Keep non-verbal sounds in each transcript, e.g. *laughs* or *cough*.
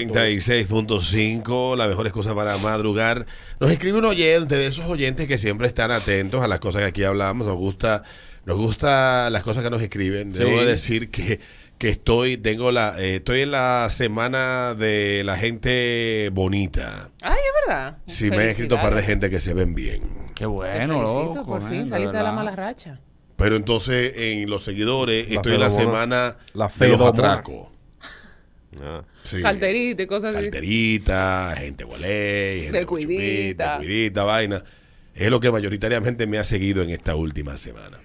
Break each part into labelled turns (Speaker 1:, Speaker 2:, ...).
Speaker 1: 36.5, las mejores cosas para madrugar. Nos escribe un oyente, de esos oyentes que siempre están atentos a las cosas que aquí hablamos. Nos gusta, nos gusta las cosas que nos escriben. Debo
Speaker 2: Sí.
Speaker 1: decir que, que estoy, tengo la, eh, estoy en la semana de la gente bonita.
Speaker 3: Ay, es verdad.
Speaker 1: Sí, me han escrito un par de gente que se ven bien.
Speaker 2: Qué
Speaker 3: Te
Speaker 2: bueno,
Speaker 3: felicito,
Speaker 2: loco.
Speaker 3: por
Speaker 2: man,
Speaker 3: fin,
Speaker 2: de
Speaker 3: saliste de la
Speaker 2: verdad.
Speaker 3: mala racha.
Speaker 1: Pero entonces en los seguidores
Speaker 4: La
Speaker 1: estoy en la
Speaker 4: feromona.
Speaker 1: semana
Speaker 4: La
Speaker 1: de los
Speaker 4: feromona.
Speaker 1: atracos.
Speaker 4: Ah.
Speaker 1: Sí.
Speaker 3: Carterita y cosas así.
Speaker 1: Carterita, gente volé, gente
Speaker 3: De
Speaker 1: con chupita,
Speaker 3: cuidita.
Speaker 1: cuidita, vaina. Es lo que mayoritariamente me ha seguido en esta última semana.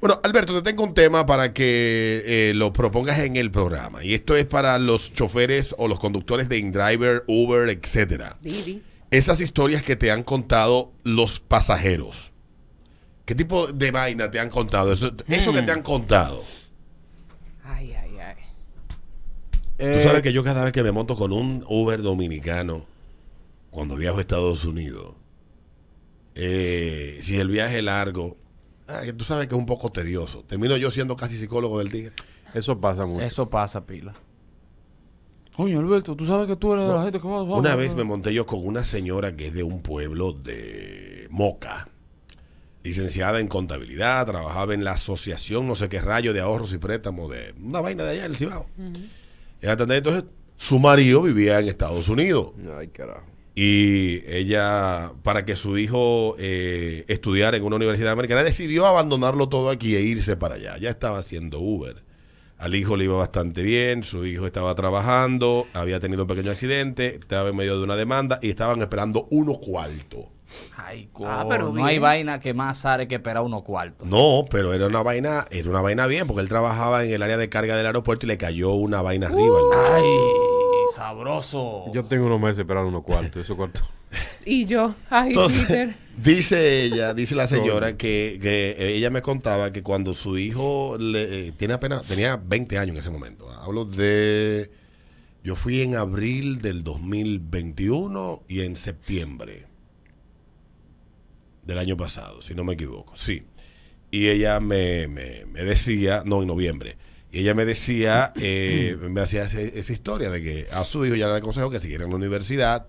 Speaker 1: Bueno, Alberto, te tengo un tema para que eh, lo propongas en el programa. Y esto es para los choferes o los conductores de InDriver, Uber, etcétera.
Speaker 3: Didi.
Speaker 1: Esas historias que te han contado los pasajeros. ¿Qué tipo de vaina te han contado? Eso, eso que te han contado.
Speaker 3: Ay, ay, ay.
Speaker 1: Tú sabes
Speaker 4: Eh,
Speaker 1: que yo cada vez que me monto con un Uber dominicano, cuando viajo a Estados Unidos, eh, si el viaje es largo, ah, que tú sabes que es un poco tedioso. Termino yo siendo casi psicólogo del tigre.
Speaker 4: Eso pasa mucho.
Speaker 2: Eso pasa, pila. Coño, Alberto, tú sabes que tú eres de la gente que más...
Speaker 1: Una vez me monté yo con una señora que es de un pueblo de Moca, licenciada en contabilidad, trabajaba en la asociación no sé qué rayo de ahorros y préstamos de una vaina de allá del Cibao. Ella atendía, Entonces, su marido vivía en Estados Unidos.
Speaker 4: Ay, carajo.
Speaker 1: y ella, para que su hijo eh, estudiara en una universidad americana, decidió abandonarlo todo aquí e irse para allá. Ya estaba haciendo Uber. Al hijo le iba bastante bien, su hijo estaba trabajando, había tenido un pequeño accidente, estaba en medio de una demanda y estaban esperando uno cuarto.
Speaker 2: Ay,
Speaker 3: Ah,
Speaker 2: coño,
Speaker 3: pero
Speaker 2: no hay
Speaker 3: bien.
Speaker 2: vaina que más sale que esperar uno cuarto.
Speaker 1: No, pero era una vaina, era una vaina bien, porque él trabajaba en el área de carga del aeropuerto y le cayó una vaina arriba.
Speaker 2: Ay, sabroso.
Speaker 4: Yo tengo unos meses esperando unos cuartos. Eso cuarto.
Speaker 3: Y yo, ay,
Speaker 1: Entonces,
Speaker 3: Peter.
Speaker 1: *laughs* dice ella, dice la señora que, que ella me contaba que cuando su hijo le, eh, tiene apenas, tenía 20 años en ese momento. Hablo de. Yo fui en abril del 2021 y en septiembre del año pasado, si no me equivoco. Sí. Y ella me, me- me decía, no, en noviembre. Y ella me decía, eh, me hacía ese- esa historia de que a su hijo ya le aconsejó que siguiera en la universidad,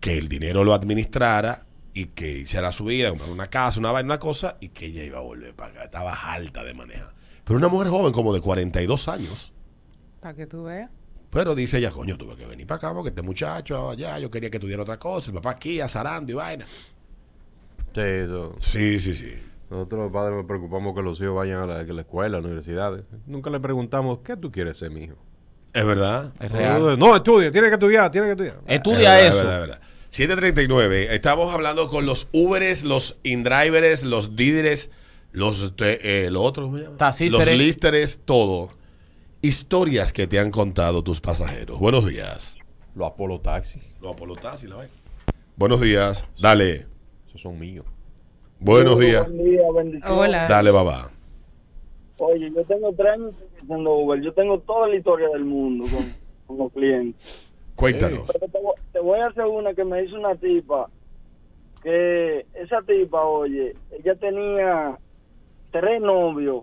Speaker 1: que el dinero lo administrara y que hiciera su vida, comprar una casa, una vaina, una cosa, y que ella iba a volver para acá. Estaba alta de manejar. Pero una mujer joven, como de 42 años.
Speaker 3: Para que tú veas.
Speaker 1: Pero dice ella, coño, tuve que venir para acá porque este muchacho allá, yo quería que tuviera otra cosa, el papá aquí, azarando y vaina.
Speaker 4: Sí, eso.
Speaker 1: Sí, sí, sí.
Speaker 4: Nosotros los padres nos preocupamos que los hijos vayan a la, que la escuela, a la universidad. Nunca le preguntamos, ¿qué tú quieres ser, mijo?
Speaker 1: Es verdad.
Speaker 2: Es real.
Speaker 4: No, estudia, tiene que estudiar, tiene que estudiar.
Speaker 1: Es
Speaker 2: Estudia
Speaker 1: Eh, verdad,
Speaker 2: eso.
Speaker 1: es verdad, es verdad. 7.39. Estamos hablando con los Uberes, los Indriveres, los Dideres, los, te- eh, lo otro, ¿cómo se llama?
Speaker 2: Taxíceres.
Speaker 1: Los Listeres, todo. Historias que te han contado tus pasajeros. Buenos días.
Speaker 4: Los Apolo Taxi,
Speaker 1: Los Apolo Taxi, la vaina. Buenos días. Dale.
Speaker 4: esos son míos.
Speaker 1: Buenos días.
Speaker 5: Buen día, bendición.
Speaker 3: Hola.
Speaker 1: Dale, babá.
Speaker 5: Oye, yo tengo tres años haciendo Uber. Yo tengo toda la historia del mundo con, *laughs* con los clientes.
Speaker 1: Cuéntanos.
Speaker 5: Pero te, vo- te voy a hacer una que me hizo una tipa. Que esa tipa, oye, ella tenía tres novios.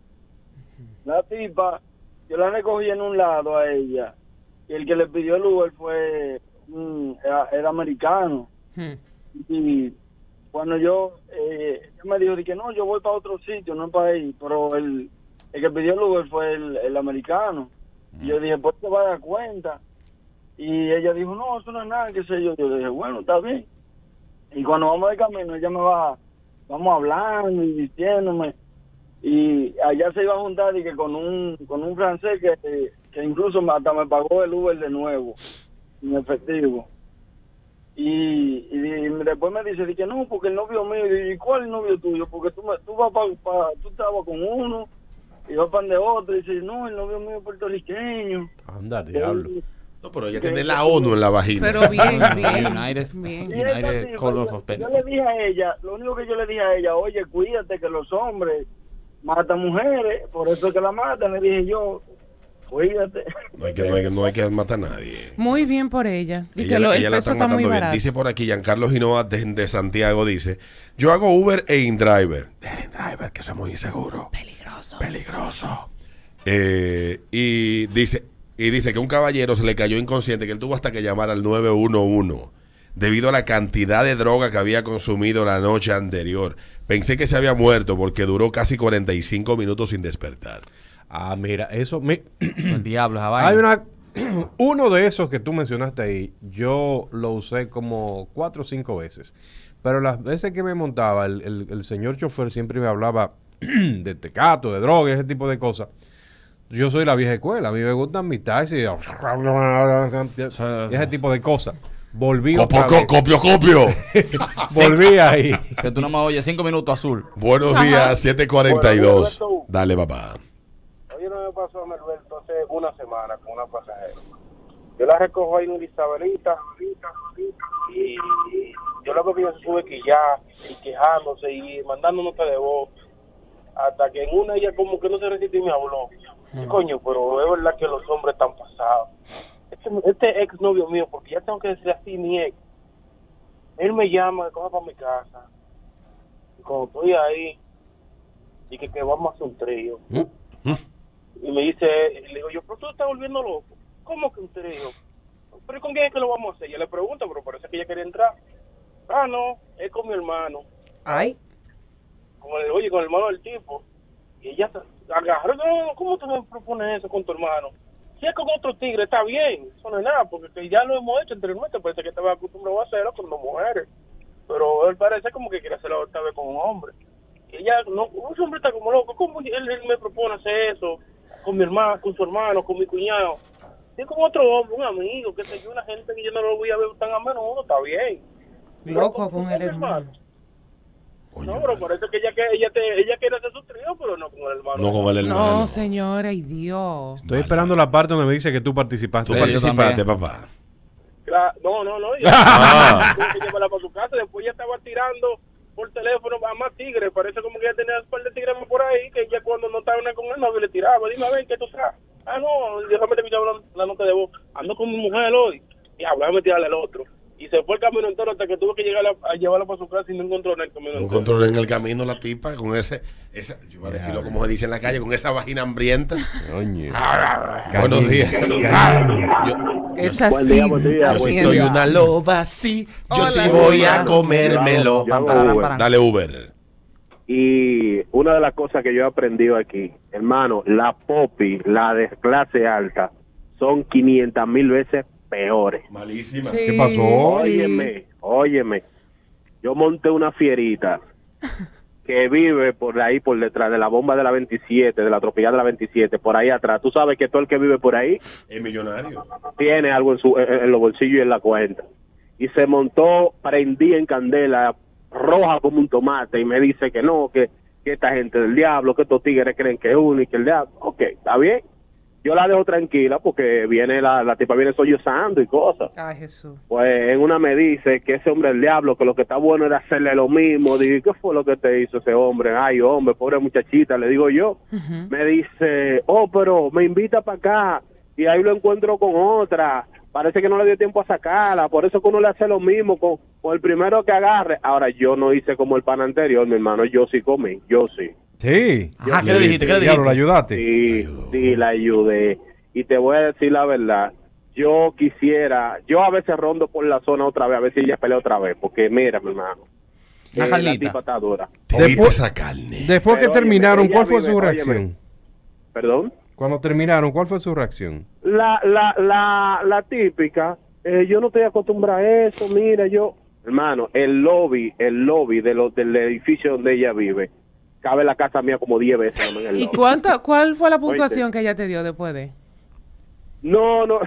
Speaker 5: La tipa, yo la recogí en un lado a ella. Y el que le pidió el Uber fue. un- era- era americano.
Speaker 3: Hmm.
Speaker 5: y cuando yo eh, ella me dijo de que no yo voy para otro sitio no para ahí pero el, el que pidió el Uber fue el, el americano y yo dije pues te vas a dar cuenta y ella dijo no eso no es nada qué sé yo yo le dije bueno está bien y cuando vamos de camino ella me va vamos hablando y diciéndome y allá se iba a juntar y que con un con un francés que, que incluso hasta me pagó el Uber de nuevo en efectivo y, y di- y después me dice, que no, porque el novio mío, y yo, ¿y cuál novio tuyo? Porque tú, me- tú vas para, tú estabas con uno, y vas para de otro, y dice, no, el novio mío es puertorriqueño.
Speaker 4: Anda,
Speaker 5: Y-
Speaker 4: diablo.
Speaker 1: No, pero ella tiene la ONU en la vagina. *laughs*
Speaker 3: Pero bien, bien.
Speaker 2: United,
Speaker 3: bien.
Speaker 6: Y esta
Speaker 2: United
Speaker 6: tipa,
Speaker 2: Call
Speaker 6: yo-
Speaker 2: of Spain.
Speaker 6: Yo le dije a ella, lo único que yo le dije a ella, oye, cuídate que los hombres matan mujeres, por eso es que la matan. Le dije yo, cuídate. *laughs*
Speaker 1: No hay que, no hay, que- no hay que matar a nadie.
Speaker 3: Muy bien por ella. Y
Speaker 1: Ella,
Speaker 3: que lo,
Speaker 1: la-
Speaker 3: el
Speaker 1: ella la
Speaker 3: peso
Speaker 1: están
Speaker 3: está muy
Speaker 1: matando bien.
Speaker 3: barato.
Speaker 1: Dice por aquí Giancarlo Ginoa de, de Santiago, dice, yo hago Uber e InDriver. El InDriver, que eso es muy inseguro. Peligroso. Peligroso. Eh, y, dice, y dice que un caballero se le cayó inconsciente, que él tuvo hasta que llamar al 911 debido a la cantidad de droga que había consumido la noche anterior. Pensé que se había muerto porque duró casi 45 minutos sin despertar.
Speaker 4: Ah, mira, eso. mi-
Speaker 2: El diablo, esa vaina.
Speaker 4: Hay una. *clears throat* Uno de esos que tú mencionaste ahí, yo lo usé como cuatro o cinco veces. Pero las veces que me montaba, el, el- el señor chofer siempre me hablaba *clears throat* de tecato, de drogas, ese tipo de cosas. Yo soy la vieja escuela, a mí me gustan mis taxis, ese tipo de cosas. Volví otra
Speaker 1: Copo- co-
Speaker 4: vez.
Speaker 1: copio, copio.
Speaker 4: Volví ahí.
Speaker 2: *laughs* Que tú no me oyes, cinco minutos azul.
Speaker 1: Buenos días, 742.
Speaker 5: Bueno,
Speaker 1: Dale, papá.
Speaker 5: Oye, no me pasó a Melberto hace una semana con una pasajera. Yo la recojo ahí en una Isabelita y yo lo que pienso sube que ya y quejándose y mandando nota de voz hasta que en una ella como que no se resistió y me habló. Coño, pero es verdad que los hombres están pasados. Este, este ex novio mío, porque ya tengo que decir así mi ex, él me llama, que coja para mi casa. Y cuando estoy ahí, y que, que vamos a hacer un trío. Y me dice, y le digo yo, pero tú te estás volviendo loco. ¿Cómo que un trío? ¿Pero con quién es que lo vamos a hacer? Yo le pregunto, pero parece que ella quería entrar. Ah, no, es con mi hermano.
Speaker 3: Ay.
Speaker 5: Con el, oye, con el hermano del tipo. Y ella se agarró, no, no, no, ¿cómo tú me propones eso con tu hermano? Si es con otro tigre, está bien, eso no es nada, porque que ya lo hemos hecho anteriormente, parece que estaba acostumbrado a hacerlo con dos mujeres. Pero él parece como que quiere hacerlo esta vez con un hombre. Y ella, no, un hombre está como loco, ¿cómo él, él me propone hacer eso con mi hermano, con su hermano, con mi cuñado? Si es con otro hombre, un amigo, que sé yo, una gente que yo no lo voy a ver tan a menudo, está bien. Pero
Speaker 3: Loco con
Speaker 5: mi
Speaker 3: el hermano.
Speaker 5: no, pero parece que ella, que ella, te, ella quiere hacer su trío, pero no con el hermano.
Speaker 1: No con el hermano.
Speaker 3: No, señora, y Dios.
Speaker 4: Estoy esperando la parte donde me dice que tú participaste.
Speaker 1: Tú
Speaker 2: Sí, yo
Speaker 1: participaste,
Speaker 2: también.
Speaker 1: papá.
Speaker 5: Cla- no, no, no.
Speaker 1: Ah.
Speaker 5: *laughs* Ella tuvo que llevarla para su casa. Después ya estaba tirando por teléfono a más tigres. Parece como que ella tenía un par de tigres más por ahí. Que ella cuando no estaba una con él, no le tiraba. Dime, a ver, ¿qué tú estás? Ah, no, yo realmente me la, la nota de voz. Ando con mi mujer hoy. Y déjame tirarle al otro. Y se fue el camino entero hasta que tuvo que llegar a, a llevarla para su casa y no encontró en el camino.
Speaker 1: Un
Speaker 5: entero.
Speaker 1: control en el camino, la tipa, con ese. Esa, yo voy a decirlo como se dice en la calle, con esa vagina hambrienta.
Speaker 4: Coño.
Speaker 1: Buenos días. Yo,
Speaker 3: Es así.
Speaker 6: día, buen día, buen
Speaker 1: yo sí
Speaker 6: día.
Speaker 1: soy una loba, sí. Yo
Speaker 3: Hola,
Speaker 1: sí voy a
Speaker 6: hermano.
Speaker 1: comérmelo.
Speaker 6: Yo hago- yo
Speaker 2: hago Uber.
Speaker 1: Dale Uber.
Speaker 5: Y una de las cosas que yo he aprendido aquí, hermano, la popi, la de clase alta, son 500 mil veces peores.
Speaker 1: Malísima.
Speaker 3: Sí,
Speaker 4: ¿Qué pasó?
Speaker 3: sí.
Speaker 5: Óyeme, óyeme. Yo monté una fierita que vive por ahí, por detrás de la bomba de la 27, de la atropellada de la 27, por ahí atrás. Tú sabes que todo el que vive por ahí
Speaker 1: Es millonario.
Speaker 5: tiene algo en, su, en, en los bolsillos y en la cuenta. Y se montó prendida en candela, roja como un tomate, y me dice que no, que, que esta gente del diablo, que estos tigres creen que es uno y que el diablo. Ok, está bien. Yo la dejo tranquila porque viene la, la tipa viene sollozando y cosas.
Speaker 3: Ay, Jesús.
Speaker 5: Pues en una me dice que ese hombre es el diablo, que lo que está bueno era hacerle lo mismo. Dije, ¿qué fue lo que te hizo ese hombre? Ay, hombre, pobre muchachita, le digo yo. Me dice, oh, pero me invita para acá y ahí lo encuentro con otra. Parece que no le dio tiempo a sacarla, por eso que uno le hace lo mismo con, con el primero que agarre. Ahora, yo no hice como el pan anterior, mi hermano, yo sí comí, yo sí.
Speaker 4: Sí.
Speaker 2: Ajá, Ah, ¿qué le dijiste? ¿Qué le
Speaker 4: Diablo, la
Speaker 2: dijiste?
Speaker 4: ayudaste.
Speaker 5: Sí, sí, la ayudé. Y te voy a decir la verdad. Yo quisiera, yo a veces rondo por la zona otra vez, a ver si ella pelea otra vez, porque mira, mi hermano,
Speaker 2: Una
Speaker 5: eh, la
Speaker 2: carnita.
Speaker 5: tipa está dura.
Speaker 1: Después
Speaker 4: Después-
Speaker 1: esa carne.
Speaker 4: Después
Speaker 5: Pero,
Speaker 4: que terminaron,
Speaker 5: óyeme,
Speaker 4: ¿cuál fue
Speaker 5: ella
Speaker 4: su
Speaker 5: vive-
Speaker 4: reacción?
Speaker 5: óyeme. ¿Perdón?
Speaker 4: Cuando terminaron, ¿cuál fue su reacción?
Speaker 5: La, la, la, la típica, eh, yo no estoy acostumbrada a eso, mira, yo... Hermano, el lobby, el lobby de los del edificio donde ella vive, cabe la casa mía como 10 veces. hermano, en el
Speaker 3: ¿Y
Speaker 5: lobby.
Speaker 3: cuánta, cuál fue la puntuación que ella te dio después de?
Speaker 5: No, no.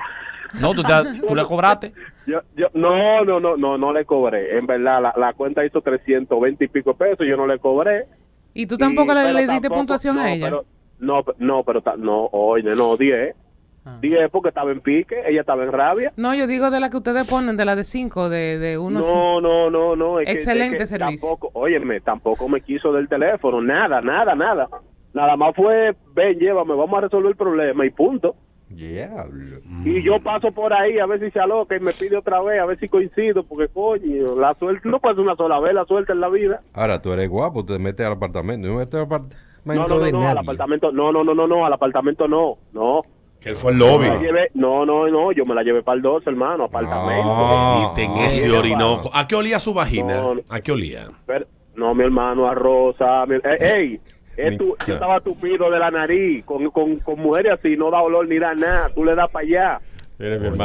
Speaker 2: No, tú, te- tú le cobraste.
Speaker 5: Yo, yo, no, no, no, no, no le cobré. En verdad, la, la cuenta hizo 320 y pico pesos, yo no le cobré.
Speaker 3: ¿Y tú tampoco
Speaker 5: Y-
Speaker 3: le,
Speaker 5: pero
Speaker 3: le diste
Speaker 5: tampoco-
Speaker 3: puntuación
Speaker 5: no,
Speaker 3: a ella?
Speaker 5: pero- no, pe- no, pero ta- no, oye, no, 10.
Speaker 3: Ah.
Speaker 5: 10 porque estaba en pique, ella estaba en rabia.
Speaker 3: No, yo digo de la que ustedes ponen, de la de 5, de, de uno a cinco.
Speaker 5: No, no, no, no. es que-
Speaker 3: Excelente
Speaker 5: es que
Speaker 3: servicio.
Speaker 5: Tampoco, óyeme, tampoco me quiso del teléfono, nada, nada, nada. Nada más fue, ven, llévame, vamos a resolver el problema y punto.
Speaker 4: Diablo. Mm.
Speaker 5: Y yo paso por ahí a ver si se aloca y me pide otra vez, a ver si coincido, porque coño, la suerte no pasa una sola vez, la suerte es la vida.
Speaker 4: Ahora, tú eres guapo, te metes al apartamento. Yo me meto al apartamento
Speaker 5: No, no, no,
Speaker 4: de
Speaker 5: no, al
Speaker 4: nadie.
Speaker 5: apartamento, no, no, no, no, no, al apartamento no, no.
Speaker 1: Que él fue al lobby.
Speaker 5: Yo me la llevé- no, no, no, yo me la llevé para el 12, hermano, apartamento.
Speaker 4: Ah.
Speaker 1: Y ten ese orinoco. ¿A qué olía su vagina?
Speaker 5: No, no.
Speaker 1: ¿A qué olía?
Speaker 5: Pero- no, mi hermano, a Rosa. mi- eh, ey, es tu-
Speaker 1: Mira.
Speaker 5: yo estaba tupido de la nariz. Con, con, con mujeres así no da olor ni da nada. Tú le das para allá.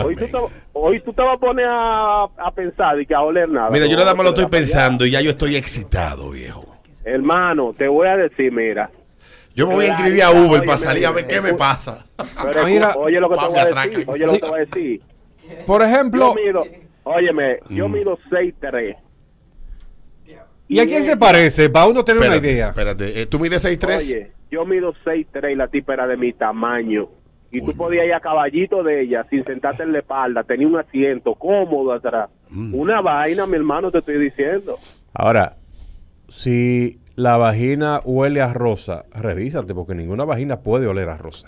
Speaker 5: Hoy tú, te, hoy tú te vas a poner a, a pensar y que a oler nada.
Speaker 1: Mira, yo
Speaker 5: No,
Speaker 1: nada más lo
Speaker 5: tú le
Speaker 1: estoy
Speaker 5: das pa' allá.
Speaker 1: pensando y ya yo estoy excitado, viejo.
Speaker 5: Hermano, te voy a decir, mira.
Speaker 1: Yo me voy a inscribir a Uber para salir a ver qué me pasa.
Speaker 5: Pero
Speaker 4: Ah, Mira.
Speaker 5: escu- oye lo que te
Speaker 1: Pam,
Speaker 5: voy a
Speaker 1: me atracan.
Speaker 5: decir. Oye lo que te voy a decir.
Speaker 4: Por ejemplo,
Speaker 5: Yo mido, óyeme,
Speaker 1: Mm.
Speaker 5: yo mido 6'3".
Speaker 4: ¿y a quién se parece? Para uno tener una
Speaker 1: Espérate,
Speaker 4: idea.
Speaker 1: espérate. Eh, ¿Tú mides 6'3"?
Speaker 5: Oye, yo mido 6'3 y la tipa era de mi tamaño. Y tú podías ir a caballito de ella sin sentarte en la espalda. Tenía un asiento cómodo atrás. Una vaina, mi hermano, te estoy diciendo.
Speaker 4: Mm. Ahora, si la vagina huele a rosa, revísate, porque ninguna vagina puede oler a rosa.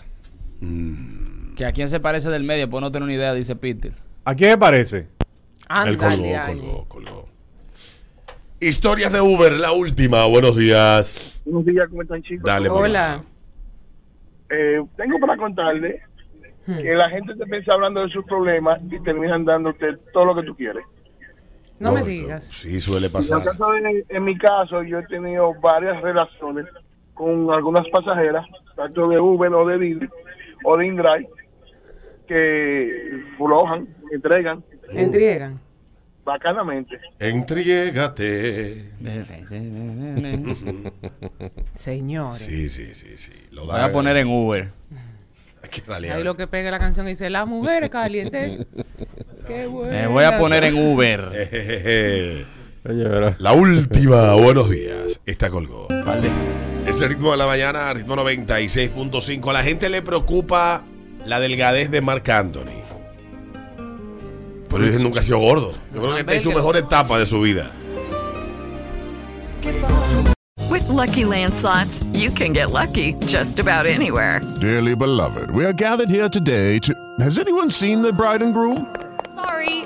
Speaker 7: Que a quién se parece del medio, pues no tener una idea, dice Peter.
Speaker 4: ¿A quién me parece?
Speaker 1: Él colgó,
Speaker 3: Ándale, ay.
Speaker 1: colgó, colgó. Historias de Uber, la última. Buenos días.
Speaker 6: Buenos días, ¿cómo están, chicos?
Speaker 1: Dale, mamá.
Speaker 3: Hola.
Speaker 6: Eh, tengo para contarle que la gente te piensa hablando de sus problemas y terminan dándote todo lo que tú quieres.
Speaker 3: No me
Speaker 1: pero-
Speaker 3: digas.
Speaker 1: Sí,
Speaker 6: En,
Speaker 1: suele
Speaker 6: el
Speaker 1: pasar.
Speaker 6: caso de- en mi caso, yo he tenido varias relaciones con algunas pasajeras, tanto de Uber o de Didi o de Indrive, que flojan, entregan
Speaker 3: Entregan.
Speaker 6: bacanamente.
Speaker 1: Entriégate.
Speaker 7: Voy
Speaker 3: Señores.
Speaker 1: Sí, sí, sí, sí. Lo
Speaker 7: a poner en Uber.
Speaker 1: Aquí sale,
Speaker 3: Ahí lo que pega la canción dice, las
Speaker 7: *laughs*
Speaker 3: mujeres calientes. Qué bueno.
Speaker 7: Me voy a poner en Uber.
Speaker 1: Ejejeje.
Speaker 4: Oye, pero-
Speaker 1: La última, buenos días. Esta colgó. Es el ritmo de la mañana, ritmo 96.5. A la gente le preocupa la delgadez de Marc Anthony. Pero él nunca ha sido gordo. Yo creo que esta es su mejor etapa de su vida.
Speaker 8: With Lucky Land slots, you can get lucky just about anywhere.
Speaker 9: Dearly beloved, we are gathered here today to. Has anyone seen the bride and groom?
Speaker 10: Sorry,